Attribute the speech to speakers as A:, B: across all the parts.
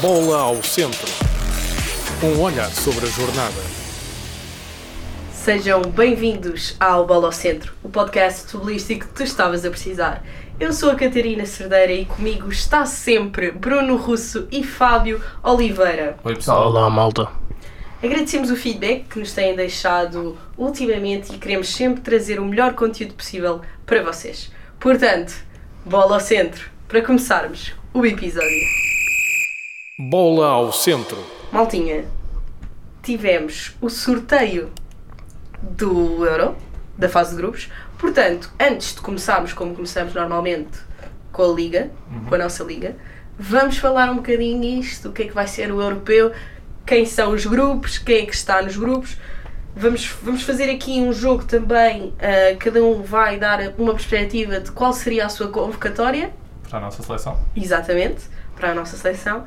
A: Bola ao centro. Um olhar sobre a jornada.
B: Sejam bem-vindos ao Bola ao Centro, o podcast futebolístico que tu estavas a precisar. Eu sou a Catarina Cerdeira e comigo está sempre Bruno Russo e Fábio Oliveira.
C: Oi pessoal. Olá malta.
B: Agradecemos o feedback que nos têm deixado ultimamente e queremos sempre trazer o melhor conteúdo possível para vocês. Portanto, bola ao centro para começarmos o episódio.
A: Bola ao centro.
B: Maltinha, tivemos o sorteio do Euro, da fase de grupos. Portanto, antes de começarmos como começamos normalmente com a Liga, com a nossa Liga, vamos falar um bocadinho isto, o que é que vai ser o Europeu, quem são os grupos, quem é que está nos grupos. Vamos, vamos fazer aqui um jogo também, ah, cada um vai dar uma perspectiva de qual seria a sua convocatória,
C: Para a nossa seleção.
B: exatamente, para a nossa seleção,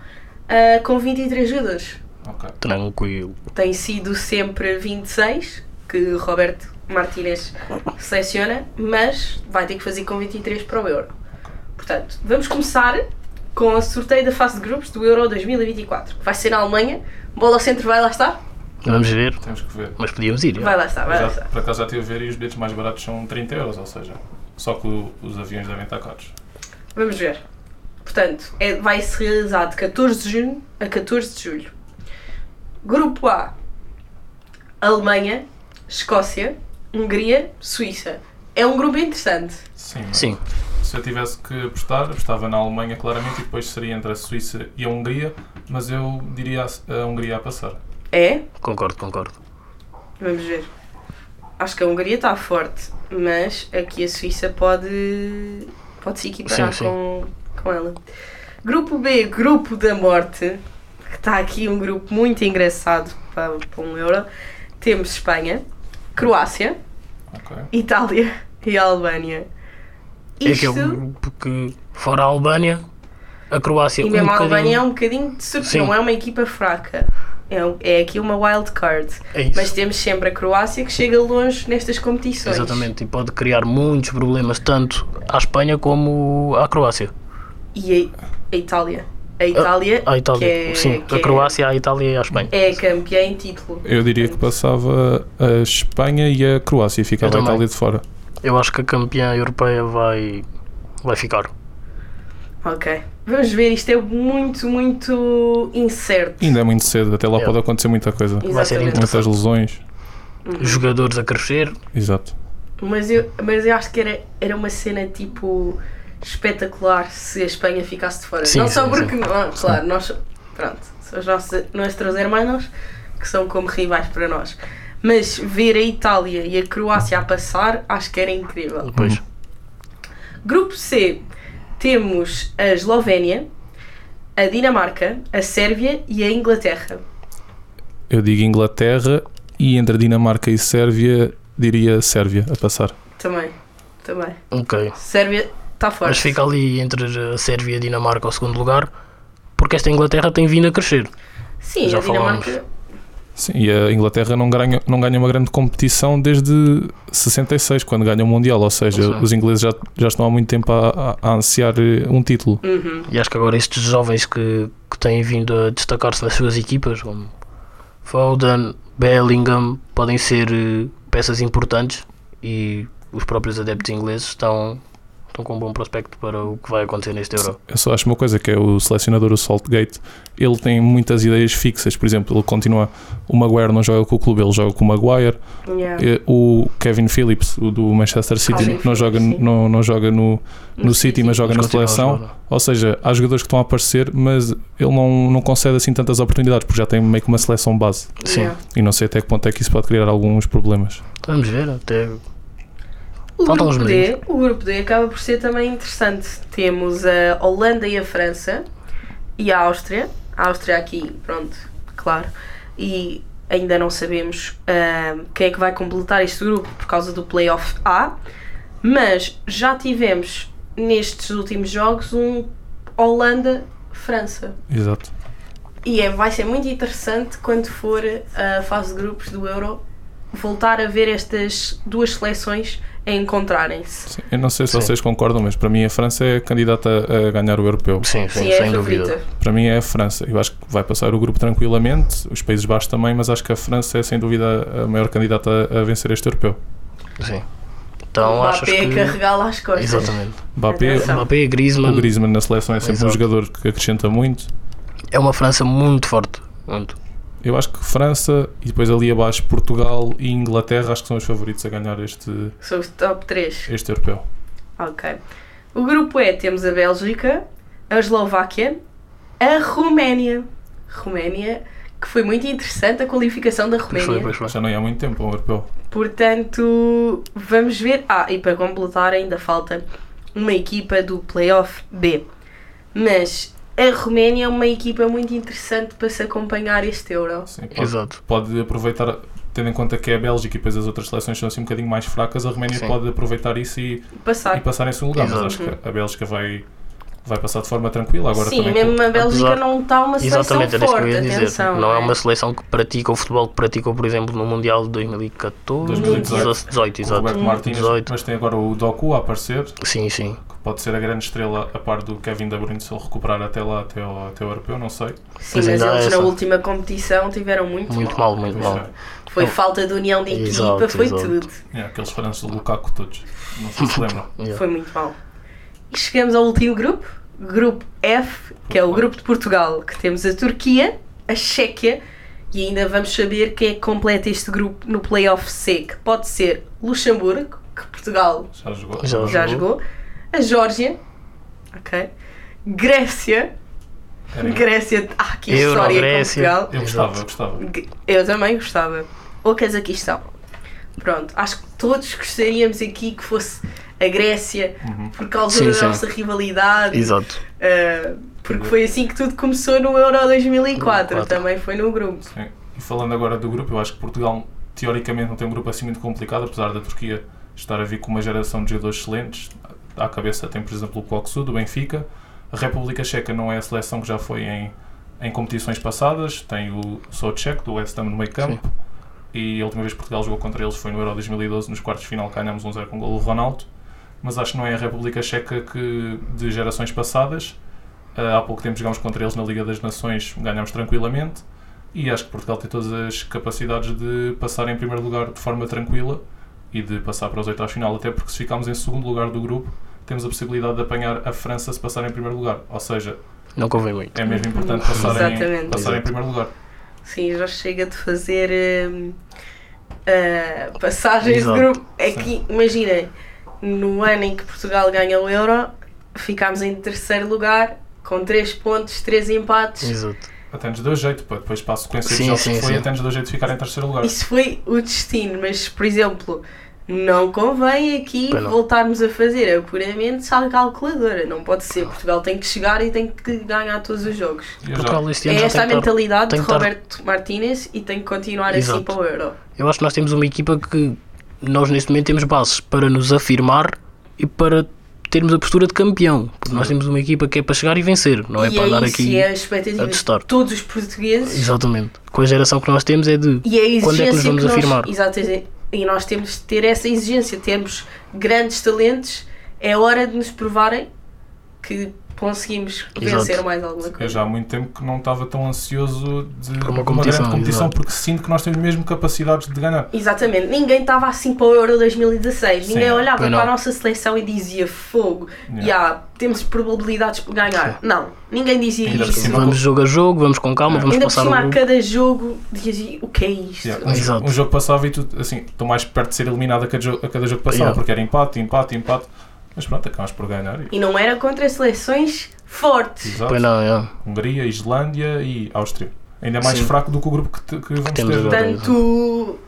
B: ah, com 23 jogadores.
C: Ok.
D: Tranquilo.
B: tem sido sempre 26, que Roberto Martínez seleciona, mas vai ter que fazer com 23 para o Euro. Portanto, vamos começar com o sorteio da fase de grupos do Euro 2024, que vai ser na Alemanha. Bola ao centro vai lá estar?
D: Vamos ver,
C: Temos que ver.
D: mas podíamos ir.
B: Vai lá estar, vai lá
C: Eu já,
B: estar.
C: por acaso já estive a ver e os bilhetes mais baratos são 30 euros, ou seja, só que o- os aviões devem estar caros.
B: Vamos ver. Portanto, é- vai-se realizar de 14 de junho a 14 de julho. Grupo A: Alemanha, Escócia, Hungria, Suíça. É um grupo interessante.
C: Sim. mas
D: Sim,
C: Se eu tivesse que apostar, apostava na Alemanha claramente e depois seria entre a Suíça e a Hungria, mas eu diria a, a Hungria a passar.
B: É?
D: concordo, concordo.
B: Vamos ver. Acho que a Hungria está forte, mas aqui a Suíça pode, pode se equiparar
D: Sim, sim.
B: Com, com ela. Grupo B, Grupo da Morte, que está aqui um grupo muito engraçado para, para um euro. Temos Espanha, Croácia,
C: Ok.
B: Itália e Albânia.
D: É
B: Isto,
D: que é um grupo que, fora a Albânia, a Croácia
B: e
D: um
B: mesmo a Albânia é
D: bocadinho...
B: um bocadinho de surpresa,
D: Sim.
B: não é uma equipa fraca. É, um- é aqui uma wild card.
D: É isso.
B: um Mas temos sempre a Croácia que chega longe nestas competições.
D: Exatamente, e pode criar muitos problemas tanto à Espanha como à Croácia.
B: e a, a Itália. A Itália,
D: À Ah, Itália,
B: que é,
D: sim,
B: que
D: a
B: é-
D: Croácia, à Itália e à Espanha.
B: é campeã em título.
C: Eu diria que passava a Espanha e a Croácia e ficava
D: Eu
C: a
D: também.
C: Itália de fora.
D: Eu acho que a campeã europeia vai, vai ficar.
B: Ok. Vamos ver, isto é muito, muito incerto.
C: Ainda é muito cedo, até lá
D: É.
C: pode acontecer muita coisa.
D: Vai ser
B: Exatamente.
C: Muitas lesões.
B: Uhum.
D: Jogadores a crescer,
C: Exato.
B: Mas eu, mas eu acho que era, era uma cena tipo espetacular se a Espanha ficasse de fora.
D: Sim,
B: não só
D: sim,
B: porque, não, claro, nós, pronto, são os nossos, nossos hermanos que são como rivais para nós. Mas ver a Itália e a Croácia a passar, acho que era incrível.
D: pois.
B: Grupo C temos a Eslovénia, a Dinamarca, a Sérvia e a Inglaterra.
C: Eu digo Inglaterra e entre Dinamarca e Sérvia, diria Sérvia a passar.
B: Também, também.
D: Ok.
B: Sérvia está forte.
D: Mas fica ali entre a Sérvia e a Dinamarca ao segundo lugar, porque esta Inglaterra tem vindo a crescer.
B: Sim,
D: Já
B: a Dinamarca.
C: Sim, e a Inglaterra não ganha, não ganha uma grande competição desde 66, quando ganha o Mundial. Ou seja,
D: Exato.
C: os ingleses já, já estão há muito tempo a, a- a ansiar eh, um título.
B: Uhum.
D: E acho que agora estes jovens que, que têm vindo a destacar-se nas suas equipas, como Foden, Bellingham, podem ser eh, peças importantes e os próprios adeptos ingleses estão, estão com um bom prospecto para o que vai acontecer neste Euro.
C: Eu só acho uma coisa que é o selecionador, o Saltgate, ele tem muitas ideias fixas. Por exemplo, ele continua. O Maguire não joga com o clube, ele joga com o Maguire.
B: Yeah.
C: Eh, O Kevin Phillips, o do Manchester City,
B: Calvin
C: não,
B: É. Phillips,
C: joga,
B: sim.
C: não, não joga no, no City, mas joga
D: Mas
C: na
D: continua a
C: seleção.
D: jogar.
C: Ou seja, há jogadores que estão a aparecer, mas ele não, não concede assim tantas oportunidades, porque já tem meio que uma seleção base.
D: Sim.
B: Yeah.
C: E não sei até que ponto é que isso pode criar alguns problemas.
D: Vamos ver, até
B: O,
D: Faltam
B: grupo
D: os
B: D, o grupo D acaba por ser também interessante. Temos a Holanda e a França e a Áustria. A Áustria aqui, pronto, claro. E ainda não sabemos ahm, quem é que vai completar este grupo por causa do playoff A. Mas já tivemos nestes últimos jogos um Holanda-França.
C: Exato.
B: E é, vai ser muito interessante quando for a fase de grupos do Euro voltar a ver estas duas seleções a encontrarem-se.
C: Sim, eu não sei se
D: Sim.
C: vocês concordam, mas para mim a França é candidata a ganhar o europeu.
D: Sim, sim,
B: Sim, é
D: sem
B: a
D: dúvida.
B: favorita.
C: Para mim é a França. Eu acho que vai passar o grupo tranquilamente, os Países Baixos também, mas acho que a França é sem dúvida a maior candidata a- a vencer este europeu.
D: Sim.
B: o
D: Então achas
B: Mbappé Então. a
D: que.
B: carregá-la às costas.
D: Exatamente.
C: Mbappé,
B: Atenção.
D: Mbappé e
C: o
D: Griezmann
C: Griezmann na seleção é sempre um
D: Exato.
C: jogador que acrescenta muito.
D: é uma França muito forte. Muito.
C: Eu acho que França e depois ali abaixo Portugal e Inglaterra acho que são os favoritos a ganhar este,
B: São os top 3.
C: este europeu.
B: Ok. O grupo E temos a Bélgica, a Eslováquia, a Roménia. Roménia, que foi muito interessante a qualificação da
D: Pois foi,
B: Roménia.
D: pois foi.
C: Já não ia há muito tempo um europeu.
B: Portanto, vamos ver. Ah, e para completar, ainda falta uma equipa do Playoff B. Mas a Roménia é uma equipa muito interessante para se acompanhar este Euro.
C: Sim, pode,
D: Exato.
C: pode aproveitar, tendo em conta que é a Bélgica e depois as outras seleções são assim um bocadinho mais fracas, a Roménia
D: Sim.
C: pode aproveitar isso e, e
B: Passar.
C: passar em segundo lugar.
D: Exato.
C: Mas acho que a Bélgica vai, vai passar de forma tranquila. Agora
B: Sim,
C: também
B: mesmo
C: com-
B: a Bélgica
D: apesar-
B: não está uma seleção
D: Exatamente, era isso que eu
B: forte,
D: ia dizer.
B: atenção.
D: não é
B: né?
D: uma seleção que pratica o futebol que praticou, por exemplo, no Mundial de 2014,
C: 2018.
D: 18,
C: com o
D: exato.
C: Roberto Martins,
D: 18.
C: mas tem agora o Doku a aparecer,
D: Sim, sim,
C: que pode ser a grande estrela a par do Kevin De Bruyne se ele recuperar até lá, até o, até o europeu, não sei.
B: Sim,
D: Pois
B: mas
D: ainda há
B: eles na
D: essa.
B: última competição tiveram muito,
D: é muito
B: mal.
D: mal, muito
C: Pois
D: mal.
C: é.
B: Foi falta de união de equipa,
D: Exato,
B: foi
D: exato.
B: tudo.
C: É, aqueles franceses do Lukaku todos, não sei se lembram.
D: Yeah.
B: Foi muito mal. E chegamos ao último grupo, grupo F, que é o grupo de Portugal, que temos a Turquia, a Chequia e ainda vamos saber quem é que completa este grupo no playoff C, que pode ser Luxemburgo, que Portugal
C: Já jogou?
D: Já.
B: já jogou, a Geórgia, ok, Grécia,
C: Era-
B: Grécia, ah, que
D: Euro,
B: história
D: Grécia.
B: com Portugal.
C: Eu gostava, eu gostava.
B: Eu também gostava. O Cazaquistão. Pronto, acho que todos gostaríamos aqui que fosse a Grécia por causa
D: Uhum. Sim,
B: da
D: sim.
B: nossa rivalidade.
D: Exato.
B: Ah, porque foi assim que tudo começou no Euro 2004.
D: 2004.
B: Também foi no grupo.
C: Sim. É, E falando agora do grupo, eu acho que Portugal teoricamente não tem um grupo assim muito complicado, apesar da Turquia estar a vir com uma geração de jogadores excelentes. À cabeça tem, por exemplo, o Coxu do Benfica. A República Checa não é a seleção que já foi em, em competições passadas. Tem o Socek do West Ham no meio campo. E a última vez que Portugal jogou contra eles foi no Euro 2012, nos quartos de final ganhamos 1-0 com o golo do Ronaldo. Mas acho que não é a República Checa que, de gerações passadas. Ah, há pouco tempo jogámos contra eles na Liga das Nações, ganhámos tranquilamente. E acho que Portugal tem todas as capacidades de passar em primeiro lugar de forma tranquila e de passar para os oitavos de final, até porque se ficarmos em segundo lugar do grupo, temos a possibilidade de apanhar a França se passar em primeiro lugar. Ou seja,
D: Não convém muito.
C: é mesmo importante passar, em,
B: Uhum. Exatamente.
C: passar em
D: Exato.
C: primeiro lugar.
B: Sim, já chega de fazer hum, ah, passagens
D: Exato.
B: de grupo. É que, imaginem, no ano em que Portugal ganha o Euro, ficámos em terceiro lugar com 3 pontos, 3 empates.
D: Exato.
C: Até nos deu jeito, pá, depois para a sequência
D: Sim,
C: de jogos que
D: sim,
C: foi,
D: sim.
C: até nos deu jeito de ficar em terceiro lugar.
B: Isso foi o destino, mas por exemplo, não convém aqui
D: Pois não.
B: voltarmos a fazer apuramento à calculadora. Não pode ser. Portugal tem que chegar e tem que ganhar todos os jogos.
C: E eu já-
D: Portugal este
B: É
D: ano
B: esta
D: já
B: a
D: tem que estar-
B: mentalidade
D: tem
B: de
D: que estar-
B: Roberto Martínez e tem que continuar
D: Exato.
B: assim para o Euro.
D: Eu acho que nós temos uma equipa que nós neste momento temos bases para nos afirmar e para termos a postura de campeão. Porque nós temos uma equipa que é para chegar e vencer, não é
B: e
D: para
B: é
D: andar
B: isso,
D: aqui.
B: e é a expectativa
D: a testar.
B: de todos os portugueses
D: Exatamente. Com a geração que nós temos é de
B: e a exigência
D: quando é que nos vamos
B: nós-
D: afirmar.
B: Exato, e nós temos de ter essa exigência. Temos grandes talentos, é hora de nos provarem que conseguimos
D: Exato.
B: vencer mais alguma coisa.
C: Eu já há muito tempo que não estava tão ansioso de de
D: Por uma
C: uma,
D: competição,
C: grande competição,
D: exato.
C: porque sinto que nós temos mesmo capacidades de ganhar.
B: Exatamente, ninguém estava assim para o Euro 2016,
C: Sim,
B: ninguém olhava
D: pois
B: para
D: não.
B: a nossa seleção e dizia fogo,
C: Yeah.
B: yeah. temos probabilidades para ganhar. Não, ninguém dizia
C: Ainda por
B: isso.
C: cima-
D: Vamos jogo a jogo, vamos com calma, vamos
B: Ainda por
D: passar o
B: cima, a
D: grupo.
B: cada jogo dizia o que é isto?
C: Yeah.
D: Mas- Exato.
C: Um jogo passava e tu, assim, estou mais perto de ser eliminado a cada jogo, a cada jogo que passava,
D: Yeah.
C: porque era empate, empate, empate. Mas pronto, acabamos por ganhar. E,
B: E não era contra seleções fortes.
C: exato.
D: Pois não, é.
C: Hungria, Islândia e Áustria. Ainda é mais
D: Sim.
C: fraco do que o grupo que, te- que vamos
D: temos
C: ter.
D: agora.
B: Portanto,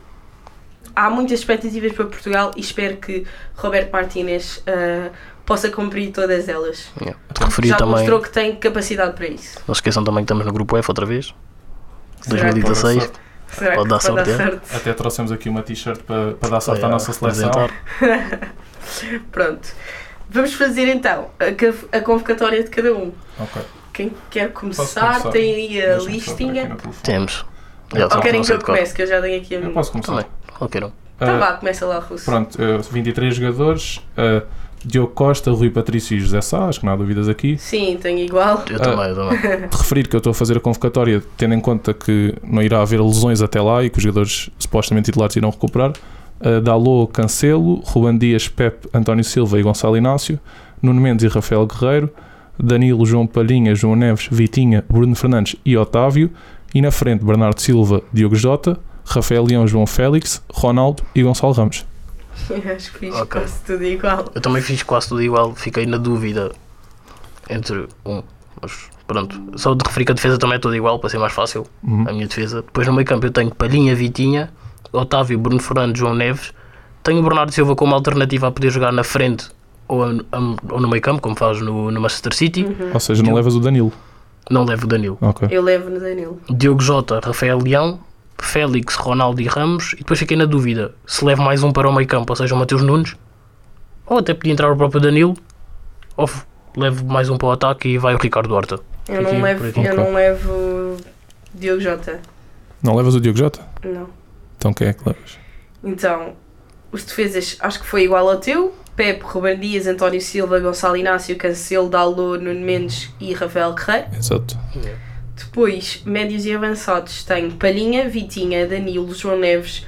B: há muitas expectativas para Portugal e espero que Roberto Martínez ah, possa cumprir todas elas.
D: é. Te referi
B: já
D: também.
B: mostrou que tem capacidade para isso.
D: Não se esqueçam também que estamos no grupo F outra vez.
B: Será que-
D: 2016.
B: Será
D: Pode
B: que
D: dar
B: pode dar
D: sorte, é?
B: sorte?
C: Até trouxemos aqui uma t-shirt para, para dar sorte à nossa seleção.
D: Oh, Apresentar.
B: Pronto. Vamos fazer então a cav- a convocatória de cada um.
C: Ok.
B: Quem quer
C: Posso
B: começar,
C: começar?
B: tem aí a
C: Deixa-me só ver aqui
B: listinha.
C: no telefone.
D: Temos. Já
B: Ou
D: estamos
B: querem
D: no
B: que eu
D: set quatro.
B: comece, que eu já tenho aqui a
C: Eu
B: minha.
C: posso começar.
D: Também. Qualquer um.
B: Então
C: Ah,
B: vá, começa lá, Russo.
C: Pronto, eh, 23 jogadores. eh, Diogo Costa, Rui Patrício e José Sá, acho que não há dúvidas aqui.
B: Sim, tenho igual.
D: Eu
C: Ah.
D: também, eu também.
C: De referir que eu estou a fazer a convocatória tendo em conta que não irá haver lesões até lá e que os jogadores supostamente titulares irão recuperar. Uh, Dalô, Cancelo, Ruban Dias, Pepe, António Silva e Gonçalo Inácio, Nuno Mendes e Rafael Guerreiro, Danilo, João Palhinha, João Neves, Vitinha, Bruno Fernandes e Otávio, e na frente Bernardo Silva, Diogo Jota, Rafael Leão, João Félix, Ronaldo e Gonçalo Ramos.
B: Acho que fiz
D: Ok.
B: quase tudo igual.
D: Eu também fiz quase tudo igual, fiquei na dúvida entre um. Mas pronto, só de referir que a defesa também é toda igual, para ser mais fácil
C: Uhum.
D: a minha defesa. Depois no meio campo eu tenho Palhinha, Vitinha, Otávio, Bruno Fernandes, João Neves. Tenho o Bernardo Silva como alternativa a poder jogar na frente ou, a- a- ou no meio campo, como faz no, no Manchester City.
B: Uhum.
C: Ou seja, não
D: Diogo-
C: levas o Danilo.
D: Não levo o Danilo.
C: Ok.
B: Eu levo no Danilo.
D: Diogo Jota, Rafael Leão, Félix, Ronaldo e Ramos. E depois fiquei na dúvida se levo mais um para o meio campo, ou seja, o Matheus Nunes, ou até podia entrar o próprio Danilo, ou f- levo mais um para o ataque e vai o Ricardo Horta.
B: Eu
D: Fiquei
B: não levo,
D: por
C: aqui.
B: eu não levo Diogo Jota.
C: Não levas o Diogo Jota?
B: Não.
C: Então quem é que levas?
B: Então, os defesas acho que foi igual ao teu. Pepe, Ruben Dias, António Silva, Gonçalo Inácio, Cancelo, Dalô, Nuno Mendes e Rafael Guerreiro.
C: Exato.
B: Depois, médios e avançados, tenho Palhinha, Vitinha, Danilo, João Neves,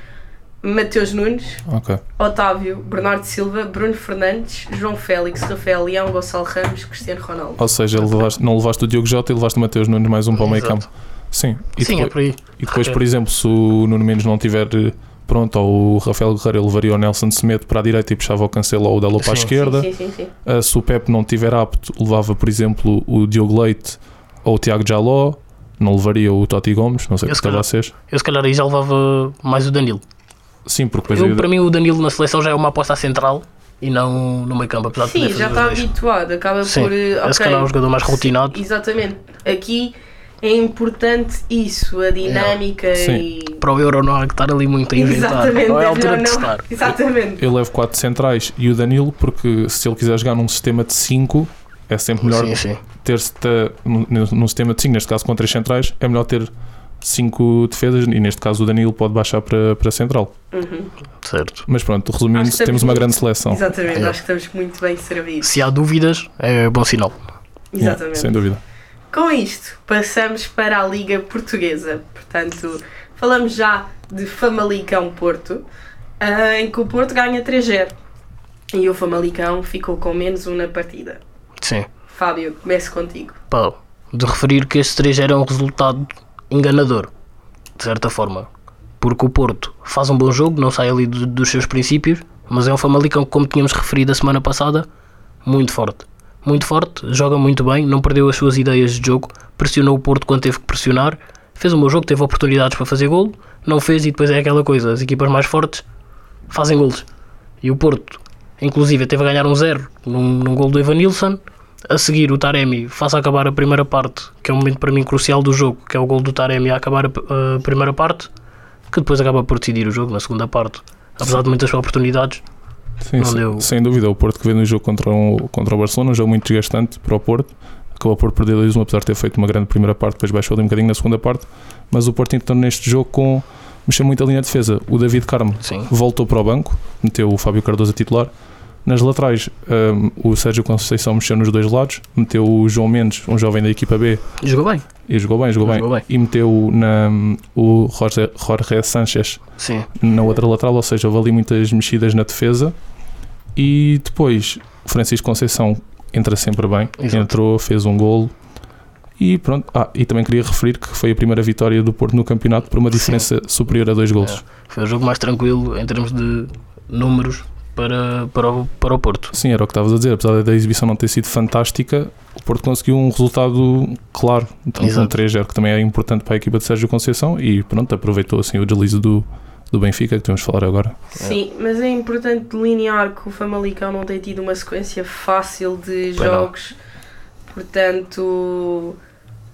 B: Mateus Nunes,
C: Ok.
B: Otávio, Bernardo Silva, Bruno Fernandes, João Félix, Rafael Leão, Gonçalo Ramos, Cristiano Ronaldo.
C: Ou seja, levaste- não levaste o Diogo Jota e levaste o Mateus Nunes mais um para o meio
D: Exato.
C: campo. Sim. E
D: Sim, é
C: depois,
D: por aí.
C: e depois, por
D: Ok.
C: exemplo, se o Nuno Mendes não tiver eh, pronto ou o Rafael Guerreiro, eu levaria o Nelson Semedo para a direita e puxava o Cancelo ou o Delo para a
D: Sim.
C: esquerda.
B: Sim, sim, sim. sim.
C: Ah, se o Pepe não tiver apto, levava, por exemplo, o Diogo Leite ou o Tiago Jaló. Não levaria o Totti Gomes, não sei o
D: Eu
C: que
D: se
C: tal
D: calhar-
C: vocês.
D: Eu se calhar aí já levava mais o Danilo.
C: Sim, porque depois
D: Eu,
C: eu-
D: para mim o Danilo na seleção já é uma aposta à central e não no meio campo, apesar de
B: Sim,
D: poder fazer
B: já tá
D: os
B: está
D: dois.
B: habituado, acaba
D: Sim,
B: por. eh,
D: É se calhar um
B: ok,
D: jogador mais rotinado.
B: Exatamente. Aqui é importante isso, a dinâmica
C: Sim.
B: e.
D: Para o Euro não há que estar ali muito a É. inventar.
B: Exatamente,
D: não é a
B: melhor
D: altura de
B: não-
D: testar.
B: Exatamente.
C: eu levo quatro centrais e o Danilo, porque se ele quiser jogar num sistema de 5, é sempre melhor
D: Sim, sim.
C: ter-se ta- num- num sistema de 5, neste caso com três centrais, é melhor ter cinco defesas e neste caso o Danilo pode baixar para, para central.
B: Uhum.
D: Certo.
C: Mas pronto,
B: Acho
C: resumindo,
B: que temos
C: temos uma
B: muito-
C: grande seleção.
B: Exatamente,
D: É.
B: acho que estamos muito bem servidos.
D: Se há dúvidas, é bom sinal.
C: Yeah,
B: Exatamente.
C: sem dúvida.
B: Com isto, passamos para a Liga Portuguesa. Portanto, falamos já de Famalicão-Porto, ah, em que o Porto ganha 3-0 e o Famalicão ficou com menos um na partida.
D: Sim.
B: Fábio, começo contigo.
D: Pá, de referir que este 3 era um resultado enganador, de certa forma. Porque o Porto faz um bom jogo, não sai ali do- dos seus princípios, mas é um Famalicão que, como tínhamos referido a semana passada, muito forte. Muito forte, joga muito bem, não perdeu as suas ideias de jogo, pressionou o Porto quando teve que pressionar, fez um bom jogo, teve oportunidades para fazer golo, não fez e depois é aquela coisa, as equipas mais fortes fazem golos. E o Porto, inclusive, teve a ganhar um zero num, num gol do Evanilson. A seguir, o Taremi faz acabar a primeira parte, que é um momento para mim crucial do jogo, que é o gol do Taremi a acabar a, p- a primeira parte, que depois acaba por decidir o jogo na segunda parte. Apesar de muitas oportunidades,
C: Sim,
D: Não
C: sem-
D: deu.
C: sem dúvida, o Porto que veio no jogo contra, um, contra o Barcelona, um jogo muito desgastante para o Porto. Acabou por perder 2-1, apesar de ter feito uma grande primeira parte, depois baixou ali um bocadinho na segunda parte. Mas o Porto, então, neste jogo, com, mexeu muito ali na defesa. O David Carmo
D: sim,
C: voltou para o banco, meteu o Fábio Cardoso a titular. Nas laterais, hum, o Sérgio Conceição mexeu nos dois lados, meteu o João Mendes, um jovem da equipa B,
D: jogou bem.
C: e jogou bem, jogou,
D: Jogou bem.
C: E meteu na, o Jorge, Jorge Sanchez
D: Sim,
C: na outra lateral, ou seja, houve ali muitas mexidas na defesa. E depois, Francisco Conceição entra sempre bem,
D: Exato.
C: entrou, fez um golo. E pronto, ah, e também queria referir que foi a primeira vitória do Porto no campeonato por uma diferença superior a dois golos.
D: foi o jogo mais tranquilo em termos de números para, para, o, para o Porto.
C: Sim, era o que estavas a dizer. Apesar da exibição não ter sido fantástica, o Porto conseguiu um resultado claro, então, com
D: Exato.
C: 3-0, que também é importante para a equipa de Sérgio Conceição. E pronto, aproveitou assim o deslize do, do Benfica, que temos de falar agora.
B: Sim, mas é importante delinear que o Famalicão não tem tido uma sequência fácil de
D: Pois não.
B: jogos. Portanto,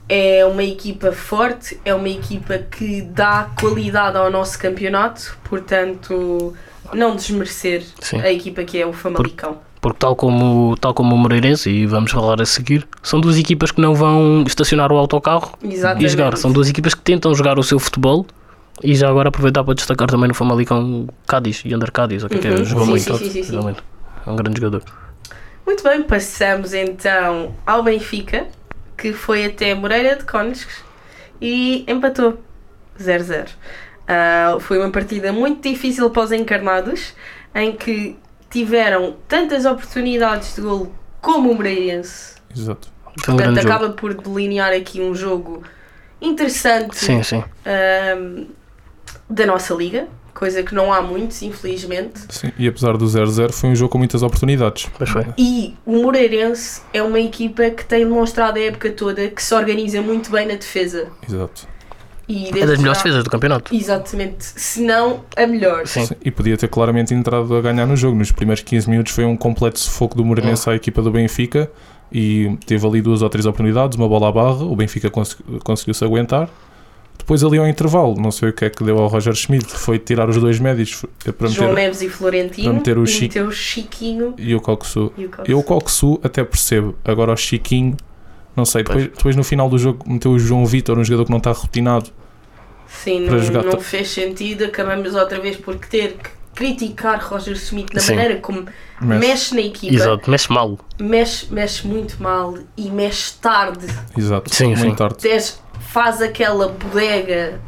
B: é uma equipa forte, é uma equipa que dá qualidade ao nosso campeonato. Portanto, não desmerecer
D: Sim.
B: a equipa que é o Famalicão.
D: Porque tal como, tal como o Moreirense, e vamos falar a seguir, são duas equipas que não vão estacionar o autocarro
B: Exatamente.
D: e jogar. São duas equipas que tentam jogar o seu futebol E já agora aproveitar para destacar também no Famalicão Cádiz, Yander Cádiz, ou o que é que
B: Uhum.
D: é? Jogou
C: Sim,
D: muito,
C: sim,
B: sim, sim, sim.
D: jogou muito. É um grande jogador.
B: Muito bem, passamos então ao Benfica, que foi até Moreira de Cónicos e empatou 0-0. Ah, foi uma partida muito difícil para os encarnados, em que tiveram tantas oportunidades de golo como o Moreirense.
C: Exato.
D: Foi um
B: Portanto,
D: grande jogo.
B: acaba por delinear aqui um jogo interessante
D: Sim, sim.
B: ahm, da nossa liga, coisa que não há muitos, infelizmente.
C: Sim, e apesar do 0-0, foi um jogo com muitas oportunidades.
D: Mas foi.
B: E o Moreirense é uma equipa que tem demonstrado a época toda que se organiza muito bem na defesa.
C: Exato.
B: E
D: É das
B: desde
D: melhores
B: já-
D: defesas do campeonato.
B: Exatamente. Se não, a melhor.
D: Sim.
C: Sim, E podia ter claramente entrado a ganhar no jogo. Nos primeiros 15 minutos foi um completo sufoco do Moreirense à equipa do Benfica e teve ali duas ou três oportunidades, uma bola à barra, o Benfica cons- conseguiu-se aguentar. Depois ali ao intervalo, não sei o que é que deu ao Roger Schmidt, foi tirar os dois médios foi- para
B: João
C: meter
B: Neves e Florentino.
C: para meter o
B: e
C: Chico.
B: meteu o Chiquinho
C: e o Coxu.
B: e o Cox.
C: Eu o Coxu até percebo, agora o Chiquinho, não sei, depois, depois no final do jogo meteu o João Vitor, um jogador que não está rotinado.
B: Sim,
C: para
B: não,
C: jogar
B: não
C: to-
B: fez sentido. Acabamos outra vez por ter que criticar Roger Smith da
D: Sim.
B: maneira como
C: Mas-
B: mexe na equipa.
D: Exato, mexe mal.
B: Mexe, mexe muito mal e mexe tarde.
C: Exato,
D: Sim,
C: muito
D: sim.
C: tarde.
B: Tens- faz aquela bodega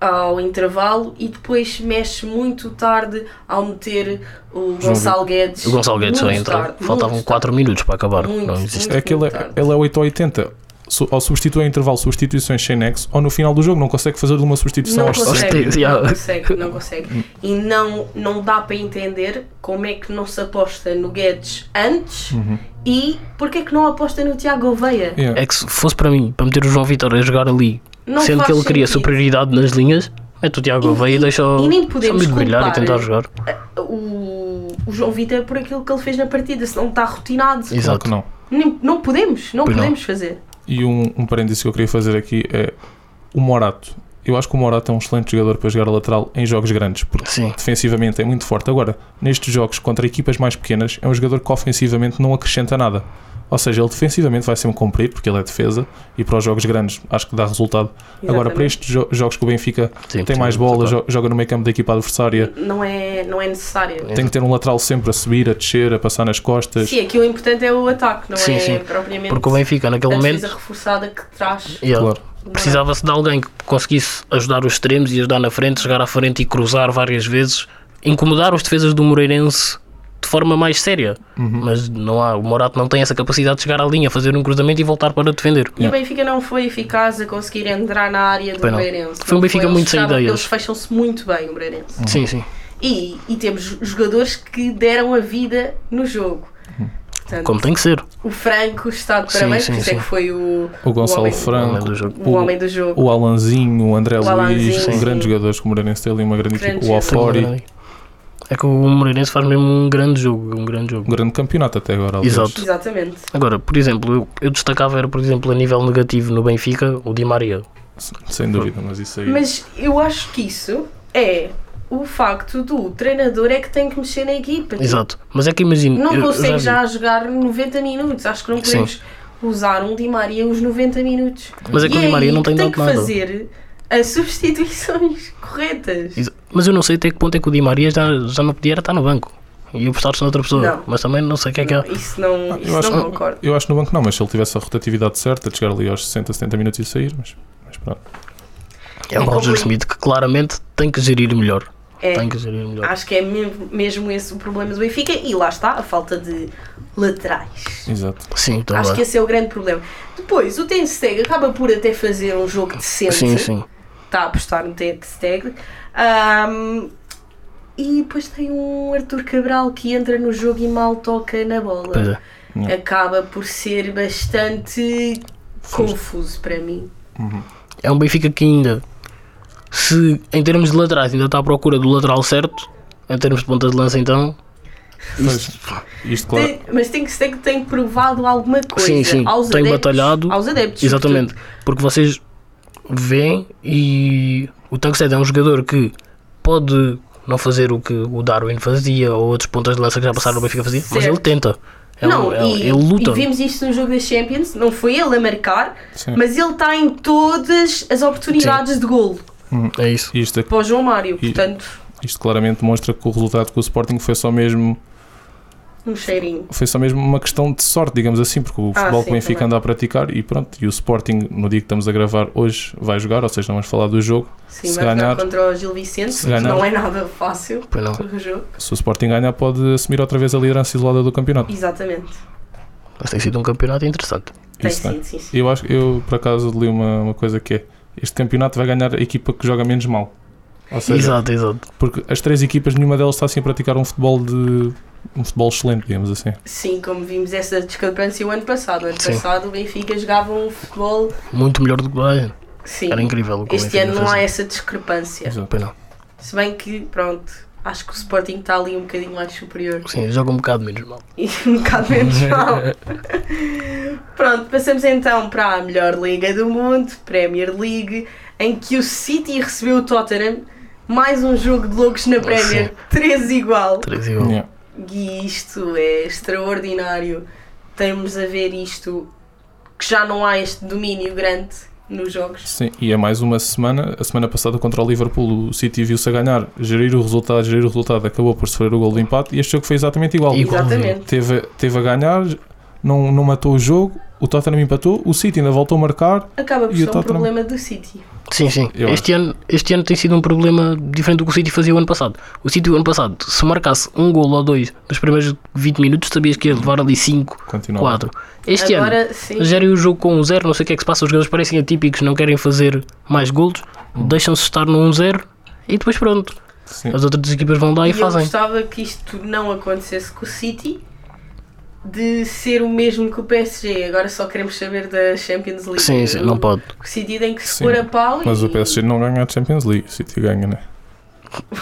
B: ao intervalo e depois mexe muito tarde ao meter o
C: João
B: Gonçalo Guedes.
D: O Gonçalo Guedes só
B: muito
D: entra.
B: tarde,
D: Faltavam
B: muito
D: 4 minutos para acabar.
B: Muito,
D: Não existe.
C: É que ele,
B: Muito
C: é-
B: tarde.
C: ele é 8 ou 80. Su- Ou substitui a intervalo, substituições sem nexo, ou no final do jogo não consegue fazer uma substituição
B: Não
C: aos
B: consegue.
C: seis.
D: Hostil,
B: Não
D: yeah.
B: consegue, não consegue. E não, não dá para entender como é que não se aposta no Guedes antes
D: Uhum.
B: e porque é que não aposta no Tiago Oveia.
C: Yeah.
D: É que se fosse para mim, para meter o João Vitor a jogar ali,
B: Não
D: sendo
B: faz
D: que ele queria
B: sentido.
D: superioridade nas linhas, mete o Tiago
B: E-
D: Gouveia e deixa o
B: e nem podemos
D: Samir brilhar e
B: culpar.
D: tentar jogar.
B: O, o João Vitor é por aquilo que ele fez na partida, se não está rotinado.
C: Claro
D: Exato.
C: que não.
B: Nem- não podemos, não
D: Pois não.
B: podemos fazer.
C: E um, um parênteses que eu queria fazer aqui é o Morato. Eu acho que o Morato é um excelente jogador para jogar a lateral em jogos grandes, porque
D: Sim.
C: defensivamente é muito forte. Agora, nestes jogos contra equipas mais pequenas, é um jogador que ofensivamente não acrescenta nada. Ou seja, ele defensivamente vai sempre cumprir, porque ele é defesa, e para os jogos grandes acho que dá resultado. Agora, para estes jo- jogos que o Benfica
D: Sim,
C: tem
D: sim,
C: mais bola,
D: claro.
C: jo- joga no meio campo da equipa adversária,
B: não é, não é necessário.
D: É.
C: Tem que ter um lateral sempre a subir, a descer, a passar nas costas.
B: Sim, aqui o importante é o ataque, não
D: Sim,
B: é
D: sim.
B: propriamente
D: Porque o Benfica,
B: a
D: naquele
B: defesa
D: momento,
B: reforçada que traz.
D: yeah,
C: Claro.
D: precisava-se de alguém que conseguisse ajudar os extremos e ajudar na frente, chegar à frente e cruzar várias vezes, incomodar os defesas do Moreirense de forma mais séria.
C: Uhum.
D: Mas não há, o Morato não tem essa capacidade de chegar à linha, fazer um cruzamento e voltar para defender.
B: E o Benfica não foi eficaz a conseguir entrar na área do
D: Pois não.
B: Moreirense.
D: Foi um
B: Não
D: Benfica
B: eles
D: muito sem
B: fecharam-
D: ideias.
B: Eles fecham-se muito bem, o Moreirense.
C: Uhum.
D: Sim, sim.
B: E, e temos jogadores que deram a vida no jogo. Portanto,
D: Como tem que ser.
B: o Franco está de
D: Sim,
B: parabéns,
D: sim,
B: por isso é
D: sim.
B: que foi o,
C: O Gonçalo
B: homem-
C: Franco,
D: é do jogo.
B: o homem do jogo.
C: o Alanzinho, o André
B: O
C: Luiz,
B: Alanzinho,
C: são
B: sim.
C: grandes jogadores que o Moreirense tem ali, uma grande
B: Grandes
C: equipa. O
B: jogadores.
C: Alfori,
D: É que o Moreirense faz mesmo um grande jogo, um grande
C: um
D: jogo.
C: grande campeonato até agora. aliás.
D: Exato.
B: Exatamente.
D: Agora, por exemplo, eu, eu destacava era, por exemplo, a nível negativo no Benfica, o Di Maria.
C: Sem dúvida, mas isso aí.
B: Mas eu acho que isso é o facto do treinador é que tem que mexer na equipa.
D: Exato. Mas é que imagino.
B: Não
D: eu- eu
B: consegue
D: vi.
B: já, jogar 90 minutos. Acho que não
D: Sim.
B: podemos usar um Di Maria os 90 minutos.
D: Mas é que
B: E
D: o Di Maria
B: aí
D: não tem
B: tem
D: dado
B: que
D: nada.
B: fazer as substituições corretas.
D: Exa- Mas eu não sei até que ponto é que o Di Maria já, já não podia era estar no banco. E apostar-se noutra pessoa.
B: Não.
D: Mas também não sei o que é que é.
B: Isso não,
C: eu,
B: isso
C: acho,
B: não concordo.
C: eu acho no banco não, mas se ele tivesse a rotatividade certa de chegar ali aos 60, 70 minutos e sair, mas, mas pronto.
D: É o
B: É
D: Roger
B: como-
D: Smith que claramente tem que gerir melhor.
B: É.
D: Tem que gerir melhor.
B: Acho que é mesmo, mesmo esse o problema do Benfica e lá está a falta de laterais.
C: Exato.
D: Sim, tá
B: Acho que
D: também.
B: esse é o grande problema. Depois, o Ten Steg acaba por até fazer um jogo decente.
D: Sim, sim.
B: está tá a apostar no Ten Steg. e depois tem um Arthur Cabral que entra no jogo e mal toca na
D: Pois
B: bola.
D: é.
B: Acaba por ser bastante confuso para mim.
D: É um Benfica que ainda, se em termos de laterais, ainda está à procura do lateral certo, em termos de ponta de lança, então.
C: Mas, isto, claro,
B: Tem- mas tem que ser que tem provado alguma coisa
D: Sim, sim.
B: aos
D: Tem
B: adeptos.
D: batalhado.
B: Aos adeptos.
D: Exatamente, porque vocês veem e o Tankstead é um jogador que pode não fazer o que o Darwin fazia ou outros pontas de lança que já passaram no Benfica fazia, mas
B: Certo.
D: ele tenta. É Ele,
B: Não,
D: ele-
B: e,
D: um- ele luta.
B: e vimos isto no jogo da Champions, não foi ele tá a marcar,
C: Sim.
B: mas ele está em todas as oportunidades de golo.
D: É isso.
C: Isto, é-
B: para o João Mário.
C: E-
B: Portanto,
C: isto claramente demonstra que o resultado com o Sporting foi só mesmo
B: um cheirinho.
C: foi só mesmo uma questão de sorte, digamos assim, porque o
B: Ah,
C: futebol
B: sim,
C: que o Benfica
B: também.
C: anda a praticar e pronto, e o Sporting, no dia que estamos a gravar hoje, vai jogar, ou seja, não vamos falar do jogo.
B: Sim,
C: Se
B: vai jogar
C: ganhar-
B: contra o Gil Vicente.
C: se ganhar-
B: Não é nada fácil.
D: Pois não.
B: o jogo.
C: Se o Sporting ganhar, pode assumir outra vez a liderança isolada do campeonato.
B: Exatamente.
D: Mas tem sido um campeonato interessante.
B: Tem
C: Isso,
B: sim, sim, sim.
C: Eu acho eu por acaso li uma, uma coisa que é este campeonato vai ganhar a equipa que joga menos mal. Ou seja,
D: Exato, exato.
C: porque as três equipas, nenhuma delas está assim a praticar um futebol de um futebol excelente, digamos assim.
B: Sim, como vimos essa discrepância o ano passado. O ano
D: Sim.
B: passado o Benfica jogava um futebol.
D: Muito melhor do que o Bayern.
B: Sim.
D: Era incrível o que o
B: Este
D: Benfica
B: ano não é- há
D: fazia.
B: essa discrepância.
C: Exato.
D: Pois não.
B: Se bem que, pronto, acho que o Sporting está ali um bocadinho mais superior.
D: Sim, joga um bocado menos mal.
B: E um bocado menos mal. pronto, passamos então para a melhor liga do mundo, Premier League, em que o City recebeu o Tottenham. Mais um jogo de loucos na Premier, 3 igual.
D: Três um. igual.
C: Yeah.
B: E isto é extraordinário. Temos a ver isto que já não há este domínio grande nos jogos.
C: Sim, e é mais uma semana. A semana passada contra o Liverpool, o City viu-se a ganhar, gerir o resultado, gerir o resultado, acabou por sofrer o gol do empate e este jogo foi exatamente igual.
D: Igual.
B: Exatamente.
C: Teve, teve a ganhar, não, não matou o jogo, o Tottenham empatou, o City ainda voltou a marcar.
B: Acaba por
C: E o
B: ser um
C: Tottenham?
B: problema do City.
D: Sim, sim.
C: Eu
D: Este ano, este ano tem sido um problema diferente do que o City fazia o ano passado. O City o ano passado, se marcasse um gol ou dois nos primeiros 20 minutos, sabias que ia levar ali 5,
C: Continua.
D: 4. Este ano,
B: Agora sim.
D: gerem o jogo com um 0, não sei o que é que se passa, os jogadores parecem atípicos, não querem fazer mais golos, deixam-se estar no 1-0 e depois pronto.
C: Hum. Sim.
D: As outras equipas vão lá e,
B: E eu
D: fazem.
B: gostava que isto não acontecesse com o City, de ser o mesmo que o PSG. Agora só queremos saber da Champions League.
D: Sim, sim, não pode.
B: O City tem que se
C: Sim,
B: pôr a pau
C: Mas
B: e
C: o PSG não ganha a Champions League, o City ganha, né?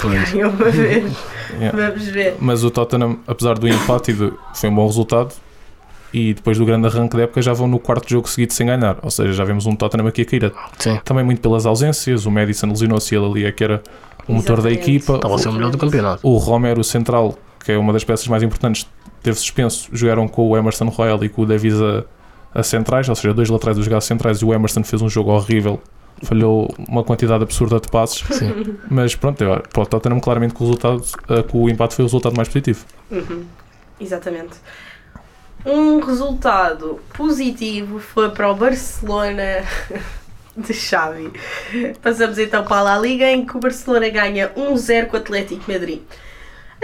D: Pois.
B: ganhou uma vez.
C: Yeah.
B: Vamos ver.
C: Mas o Tottenham, apesar do empate, e do- foi um bom resultado. E depois do grande arranque da época, já vão no quarto jogo seguido sem ganhar. Ou seja, já vemos um Tottenham aqui a cair.
D: Sim,
C: Também muito pelas ausências. O Madison lesionou-se, ele ali é que era o motor da
B: Exatamente.
C: equipa.
D: estava a ser o melhor do campeonato.
C: O Romero Central, que é uma das peças mais importantes, teve suspenso. Jogaram com o Emerson Royal e com o Davis a, a centrais, ou seja, dois laterais a jogar a centrais. E o Emerson fez um jogo horrível, falhou uma quantidade absurda de passes.
D: Sim.
C: Mas pronto, eu- para o Tottenham, claramente que o, resultado, eh, que o empate foi o resultado mais positivo.
B: Uhum, Exatamente. Um resultado positivo foi para o Barcelona de Xavi. Passamos então para a La Liga, em que o Barcelona ganha 1-0 com o Atlético Madrid.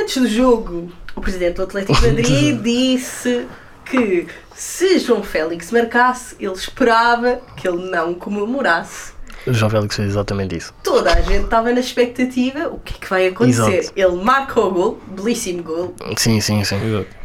B: Antes do jogo, o presidente do Atlético Madrid disse que se João Félix marcasse, ele esperava que ele não comemorasse.
D: O João Félix fez exatamente isso.
B: Toda a gente estava na expectativa, o que é que vai acontecer?
D: Exato.
B: Ele marca o gol, belíssimo gol,
D: Sim, sim, sim.
C: Exato.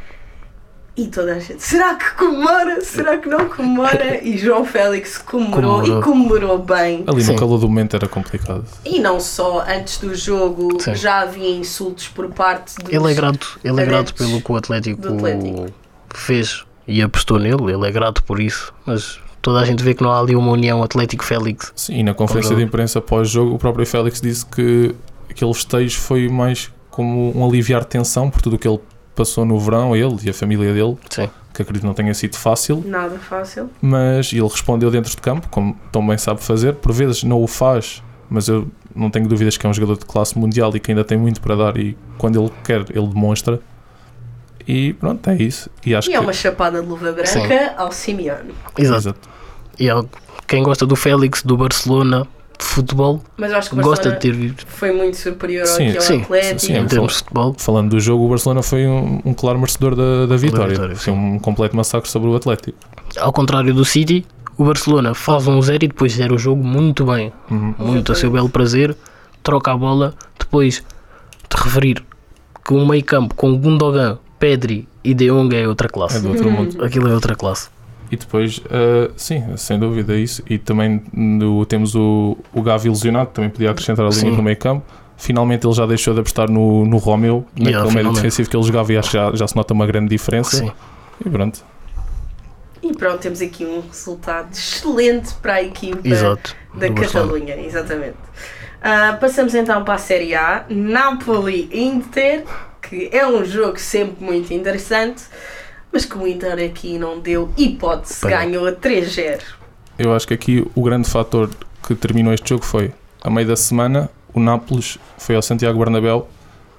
B: E toda a gente, será que comemora? Será que não comemora? E João Félix comemorou
D: Comemorou.
B: e comemorou bem.
C: Ali
D: Sim.
C: no calor do momento era complicado.
B: E não só, antes do jogo
D: Sim.
B: já havia insultos por parte dos...
D: Ele é grato, ele é grato
B: adeptos
D: pelo que o Atlético,
B: do Atlético.
D: fez e apostou nele, ele é grato por isso, mas toda a gente vê que não há ali uma união Atlético Félix.
C: Sim, e na conferência
D: Concordo.
C: de imprensa pós-jogo, o próprio Félix disse que aquele festejo foi mais como um aliviar de tensão por tudo o que ele passou no verão, ele e a família dele,
D: Sim.
C: que acredito que não tenha sido fácil.
B: Nada fácil.
C: mas ele respondeu dentro de campo, como tão bem sabe fazer, por vezes não o faz, mas eu não tenho dúvidas que é um jogador de classe mundial e que ainda tem muito para dar e quando ele quer ele demonstra. E pronto, é isso. E acho
B: e
C: que
B: é uma chapada de luva branca
D: Sim.
B: ao Simeone.
D: Exato.
C: Exato.
D: E é, algo- quem gosta do Félix, do Barcelona, de futebol,
B: Mas eu acho que o
D: gosta
B: Barcelona
D: de ter visto.
B: foi muito superior
C: Sim,
B: ao que
D: sim,
B: ao Atlético.
C: sim, é um
D: em
C: sim.
D: termos de futebol.
C: Falando do jogo, o Barcelona foi um, um claro merecedor da, da vitória.
D: vitória,
C: foi
D: sim.
C: um completo massacre sobre o Atlético.
D: Ao contrário do City, o Barcelona faz um zero e depois zera o jogo muito bem.
C: Uhum.
D: muito a seu
B: Exatamente.
D: belo prazer, troca a bola, depois de referir que um meio campo com Gundogan, Pedri e De Jong é outra
C: É
D: classe.
C: do outro mundo.
D: Aquilo é outra classe.
C: E depois, ah, sim, sem dúvida é isso. E também no- temos o, o Gavi ilusionado, também podia acrescentar ali
D: Sim.
C: no meio campo. Finalmente ele já deixou de apostar no, no Romeu, naquele
D: Yeah,
C: médio
D: finalmente.
C: defensivo que ele jogava e acho que já, já se nota uma grande diferença.
D: Sim.
C: E pronto.
B: E pronto, temos aqui um resultado excelente para a equipa
D: Exato.
B: da
D: do Barcelona.
B: Catalunha, exatamente. Ah, passamos então para a Série A, Napoli-Inter, que é um jogo sempre muito interessante, mas que o Inter aqui não deu hipótese,
D: Bem.
B: ganhou a 3-0.
C: Eu acho que aqui o grande fator que terminou este jogo foi a meio da semana, o Nápoles foi ao Santiago Bernabéu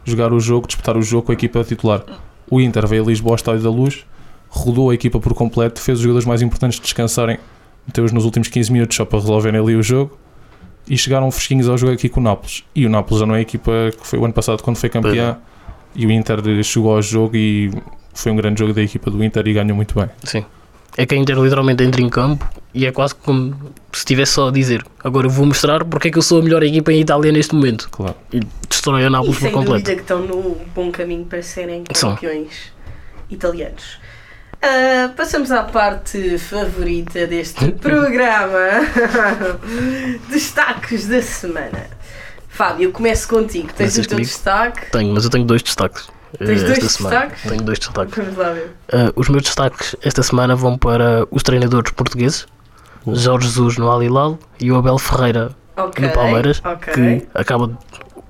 C: jogar o jogo, disputar o jogo com a equipa titular. O Inter veio a Lisboa ao Estádio da Luz, rodou a equipa por completo, fez os jogadores mais importantes descansarem, meteu-os nos últimos 15 minutos só para resolverem ali o jogo e chegaram fresquinhos ao jogo aqui com o Nápoles. E o Nápoles já não é a equipa que foi o ano passado quando foi campeã e o Inter chegou ao jogo e foi um grande jogo da equipa do Inter e ganhou muito bem.
D: Sim. É que a Inter literalmente entra em campo e é quase como se estivesse só a dizer agora eu vou mostrar porque é que eu sou a melhor equipa em Itália neste momento.
C: Claro.
D: E destrói a
B: E
D: Nápoles
B: sem
D: por completo.
B: dúvida que estão no bom caminho para serem
D: São.
B: campeões italianos. Ah, passamos à parte favorita deste programa: destaques da semana. Fábio, eu começo contigo. Tens
D: Começas
B: o teu
D: comigo?
B: destaque?
D: Tenho, mas eu tenho dois destaques. eh,
B: Tens dois
D: esta semana.
B: destaques?
D: Tenho dois destaques.
B: Vamos lá ver.
D: Eh, os meus destaques esta semana vão para os treinadores portugueses,
C: Boa.
D: Jorge Jesus no Al Hilal e o Abel Ferreira
B: Ok.
D: no Palmeiras,
B: ok.
D: que acaba. de-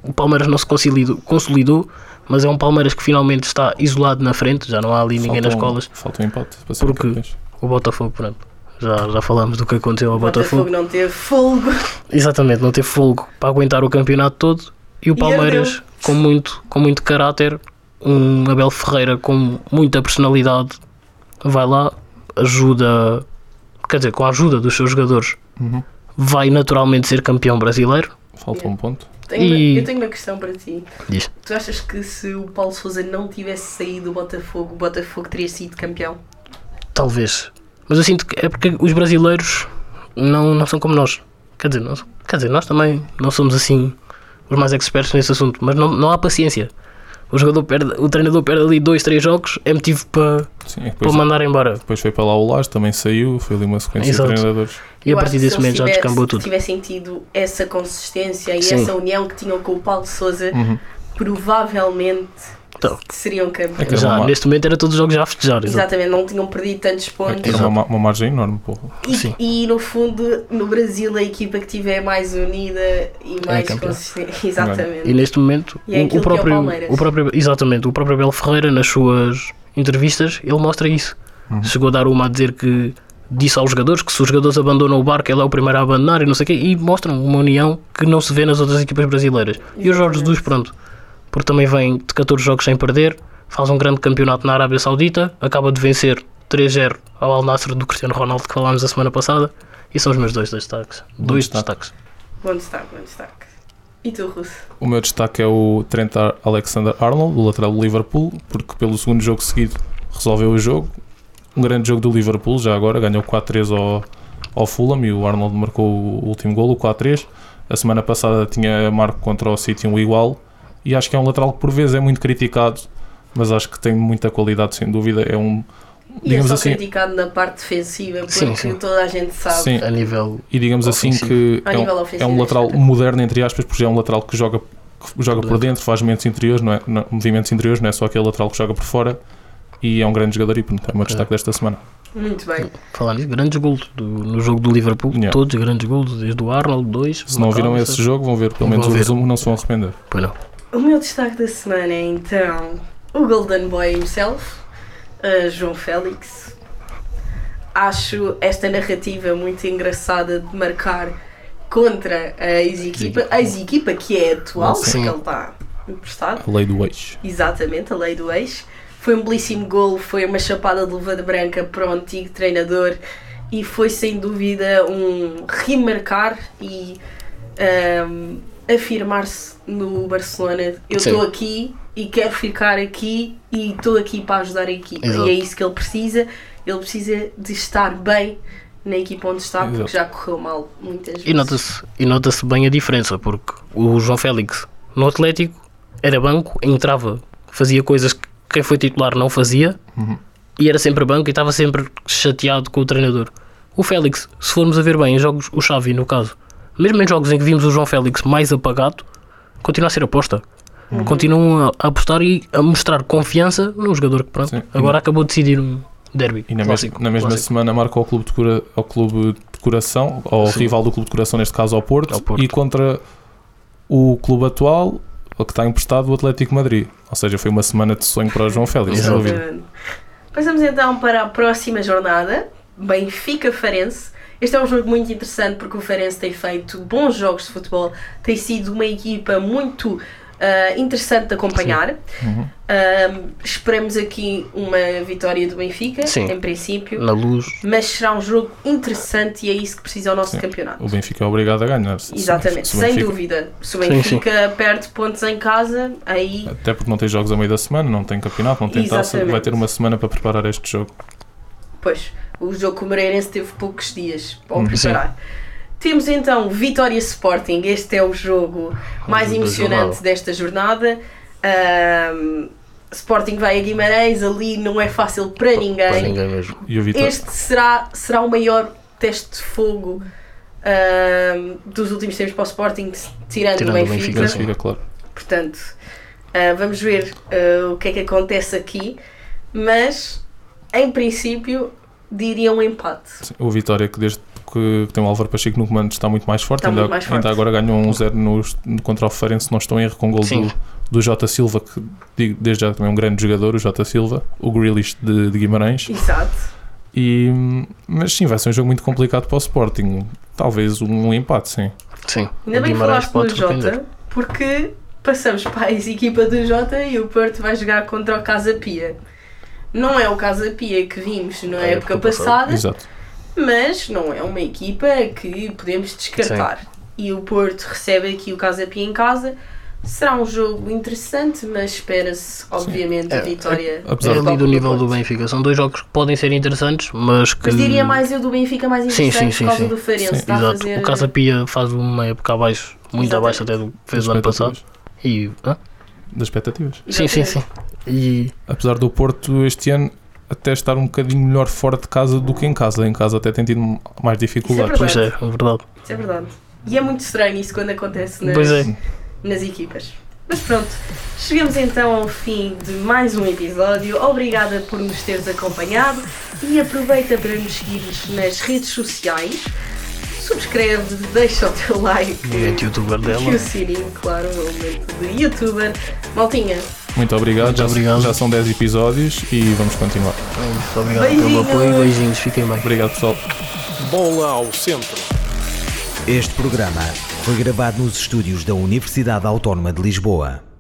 D: O Palmeiras não se consolidou, consolidou, mas é um Palmeiras que finalmente está isolado na frente, já não há ali ninguém nas
C: Falta um-
D: colas.
C: Falta um empate para ser
D: Porque-
C: campeões.
D: O Botafogo, pronto. Já, já falamos do que aconteceu ao
B: O Botafogo
D: Botafogo.
B: não teve fogo.
D: Exatamente, não teve fogo para aguentar o campeonato todo. E o
B: E
D: Palmeiras, com muito, com muito caráter, um Abel Ferreira com muita personalidade, vai lá, ajuda, quer dizer, com a ajuda dos seus jogadores,
C: Uhum.
D: vai naturalmente ser campeão brasileiro.
C: Falta
B: É.
C: um ponto.
B: Tenho
D: E-
B: uma- eu tenho uma questão para ti.
D: Diz.
B: Tu achas que se o Paulo Souza não tivesse saído do Botafogo, o Botafogo teria sido campeão?
D: Talvez. Mas eu sinto que é porque os brasileiros não, não são como nós. Quer dizer, não, quer dizer, nós também não somos assim os mais expertos nesse assunto, mas não, não há paciência. O, jogador perde, o treinador perde ali dois, três jogos, é motivo para,
C: Sim, e depois,
D: para mandar embora.
C: depois foi para lá o Lars, também saiu, foi ali uma sequência
D: Exato.
C: de treinadores.
D: E
B: Eu
D: a
B: acho
D: partir
B: que
D: desse
B: se eles
D: momento já
B: tivesse-
D: descambou tudo.
B: tivessem tido essa consistência e
D: Sim.
B: essa união que tinham com o Paulo Souza,
C: Uhum.
B: provavelmente
D: Então.
B: que seriam campeões.
C: Era
D: Já,
C: uma-
D: neste momento era todos os jogos já a festejar. exato.
B: Exatamente, não tinham perdido tantos pontos.
C: Era uma, ma- uma margem enorme, porra.
D: Sim.
B: E, e, no fundo, no Brasil, a equipa que tiver mais unida e mais
D: campeã.
B: consistente. Exatamente.
D: E neste momento,
B: E é
D: o-
B: aquilo que
D: o,
B: é o
D: próprio,
B: Palmeiras.
D: o próprio. Exatamente, o próprio Abel Ferreira, nas suas entrevistas, ele mostra isso. Chegou a dar uma a dizer que disse aos jogadores que se os jogadores abandonam o barco, ele é o primeiro a abandonar e não sei o quê, e mostram uma união que não se vê nas outras equipas brasileiras. E o Jorge
B: Exatamente.
D: Jesus, pronto, porque também vem de 14 jogos sem perder, faz um grande campeonato na Arábia Saudita, acaba de vencer 3-0 ao Al Nassr do Cristiano Ronaldo que falámos a semana passada, e são os meus dois destaques. Dois
C: destaque.
D: destaques.
B: Bom destaque, bom destaque. E tu, Russo?
C: O meu destaque é o Trent Ar- Alexander-Arnold, do lateral do Liverpool, porque pelo segundo jogo seguido resolveu o jogo. Um grande jogo do Liverpool, já agora, ganhou 4-3 ao, ao Fulham e o Arnold marcou o último golo, o 4-3. A semana passada tinha marco contra o City um igual e acho que é um lateral que por vezes é muito criticado, mas acho que tem muita qualidade, sem dúvida. É um,
B: E é
C: digamos
B: só
C: assim,
B: criticado na parte defensiva, porque
D: Sim, sim.
B: toda a gente sabe.
C: Sim.
D: A nível.
C: e digamos assim
D: Ofensivo.
C: que
B: A
C: é um,
B: nível
C: é
B: ofensivo.
C: um lateral
B: etc.
C: moderno, entre aspas, porque já é um lateral que joga, que joga por dentro, faz movimentos interiores, não é, não- movimentos interiores, não é só aquele lateral que joga por fora. E é um grande jogador e, portanto, é o meu destaque desta semana.
B: Muito bem.
D: Falando nisso, grandes gols do- no jogo do Liverpool,
C: Yeah.
D: todos grandes gols, desde o Arnold 2.
C: Se não viram esse jogo, vão ver pelo menos o
D: Vão ver.
C: resumo, não se vão arrepender.
D: Pois não.
B: O meu destaque da semana é então o Golden Boy himself, eh, João Félix. Acho esta narrativa muito engraçada de marcar contra a ex-equipa, a ex-equipa que é atual,
D: Sim.
B: porque ele está emprestado.
C: A lei do ex.
B: Exatamente, a lei do ex. Foi um belíssimo golo, foi uma chapada de luva de branca para o antigo treinador e foi sem dúvida um remarcar e ahm, afirmar-se no Barcelona. Eu
D: Sim.
B: estou aqui e quero ficar aqui e estou aqui para ajudar a equipa.
D: Exato.
B: E é isso que ele precisa. Ele precisa de estar bem na equipa onde está, porque
C: Exato.
B: já correu mal muitas vezes.
D: E nota-se e nota-se bem a diferença, porque o João Félix no Atlético era banco, entrava, fazia coisas que quem foi titular não fazia
C: Uhum.
D: e era sempre banco e estava sempre chateado com o treinador. O Félix, se formos a ver bem em jogos, o Xavi no caso, mesmo em jogos em que vimos o João Félix mais apagado, continua a ser aposta.
C: Uhum.
D: Continuam a, a apostar e a mostrar confiança num jogador que pronto,
C: Sim.
D: agora acabou de decidir um derby.
C: E na, mes-
D: clássico,
C: na mesma
D: clássico.
C: semana marca ao clube de, cura, ao clube de coração, ao
D: Sim.
C: rival do clube de coração, neste caso ao Porto,
D: Ao Porto.
C: e contra o clube atual, o que está emprestado, o Atlético Madrid. Ou seja, foi uma semana de sonho para o João Félix, sem
D: Exato.
C: dúvida.
B: Passamos então para a próxima jornada, Benfica Farense, Este é um jogo muito interessante porque o Farense tem feito bons jogos de futebol, tem sido uma equipa muito ah, interessante de acompanhar.
C: Uhum.
B: Ahm, esperemos aqui uma vitória do Benfica,
D: Sim.
B: em princípio,
D: na luz.
B: mas será um jogo interessante e é isso que precisa o nosso
C: Sim.
B: campeonato.
C: O Benfica é obrigado a ganhar. se- se-
B: Exatamente,
C: se o
B: sem
C: Benfica-
B: dúvida. Se o
D: Sim,
B: Benfica perde pontos em casa, aí
C: Até porque não tem jogos a meio da semana, não tem campeonato, não tem taça,
B: Exatamente.
C: vai ter uma semana para preparar este jogo.
B: Pois, o jogo com o Moreirense teve poucos dias para o
C: Hum,
B: preparar. Temos então Vitória Sporting. Este é o jogo mais
D: da
B: emocionante
D: jornada.
B: desta jornada. Ahm, Sporting vai a Guimarães, ali não é fácil para
D: Para
B: ninguém.
D: ninguém mesmo.
C: E o Vitória.
B: Este será, será o maior teste de fogo ahm, dos últimos tempos para o Sporting, tirando,
D: Tirando
B: o
D: o
B: Benfica.
D: Benfica,
C: Mas fica claro.
B: Portanto, ah, vamos ver ah, o que é que acontece aqui. Mas, em princípio, diria um empate.
C: Sim, O Vitória, que desde que tem o Álvaro Pacheco no comando, está muito mais forte.
B: Está
C: ainda,
B: muito mais forte.
C: ainda agora ganhou um 0 no, contra o Farense, se não estou em erro, com o gol
D: Sim.
C: do, do Jota Silva, que digo, desde já também é um grande jogador, o Jota Silva, o Grealish de, de Guimarães.
B: Exato.
C: E, mas sim, vai ser um jogo muito complicado para o Sporting. Talvez um empate, sim.
D: Sim.
B: Ainda
D: O
B: bem que
D: Guimarães
B: falaste no
D: pode surpreender.
B: Jota, porque passamos para a ex-equipa do Jota e o Porto vai jogar contra o Casa Pia. Não é o Casa Pia que vimos na
D: É,
B: época
D: época
B: passada,
D: passada.
C: Exato.
B: mas não é uma equipa que podemos descartar. E o Porto recebe aqui o Casa Pia em casa. Será um jogo interessante, mas espera-se, obviamente, a
D: É,
B: vitória.
C: apesar
D: É
C: de-
D: ali do nível do
B: Porto.
D: Benfica. São dois jogos que podem ser interessantes, mas que.
B: Mas diria mais eu do Benfica mais
D: Sim,
B: interessante
D: sim, sim,
B: por causa
D: sim.
B: do Farense.
C: Sim,
B: está a
D: Exato.
B: fazer-
D: O Casa Pia faz uma época abaixo, muito
B: Exatamente.
D: abaixo até do que fez o ano passado. E. hã?
C: Das expectativas.
D: Sim, sim,
B: Exatamente.
D: sim. E.
C: Apesar do Porto este ano até estar um bocadinho melhor fora de casa do que em casa. Em casa até tem tido mais dificuldades.
D: Pois é, é verdade.
B: Isso é verdade. E é muito estranho isso quando acontece nas,
D: Pois é.
B: nas equipas. Mas pronto, chegamos então ao fim de mais um episódio. Obrigada por nos teres acompanhado e aproveita para nos seguires nas redes sociais. Subscreve, deixa o teu like.
D: Momento youtuber dela.
B: E o sininho, claro, o momento de youtuber. Maltinha,
C: Muito obrigado.
D: Muito
C: já,
D: obrigado.
C: já são 10 episódios e vamos continuar.
D: É isso. Obrigado pelo
B: Beijinhos.
D: apoio. Beijinhos. Fiquem bem.
C: Obrigado, pessoal.
A: Bola ao centro.
E: Este programa foi gravado nos estúdios da Universidade Autónoma de Lisboa.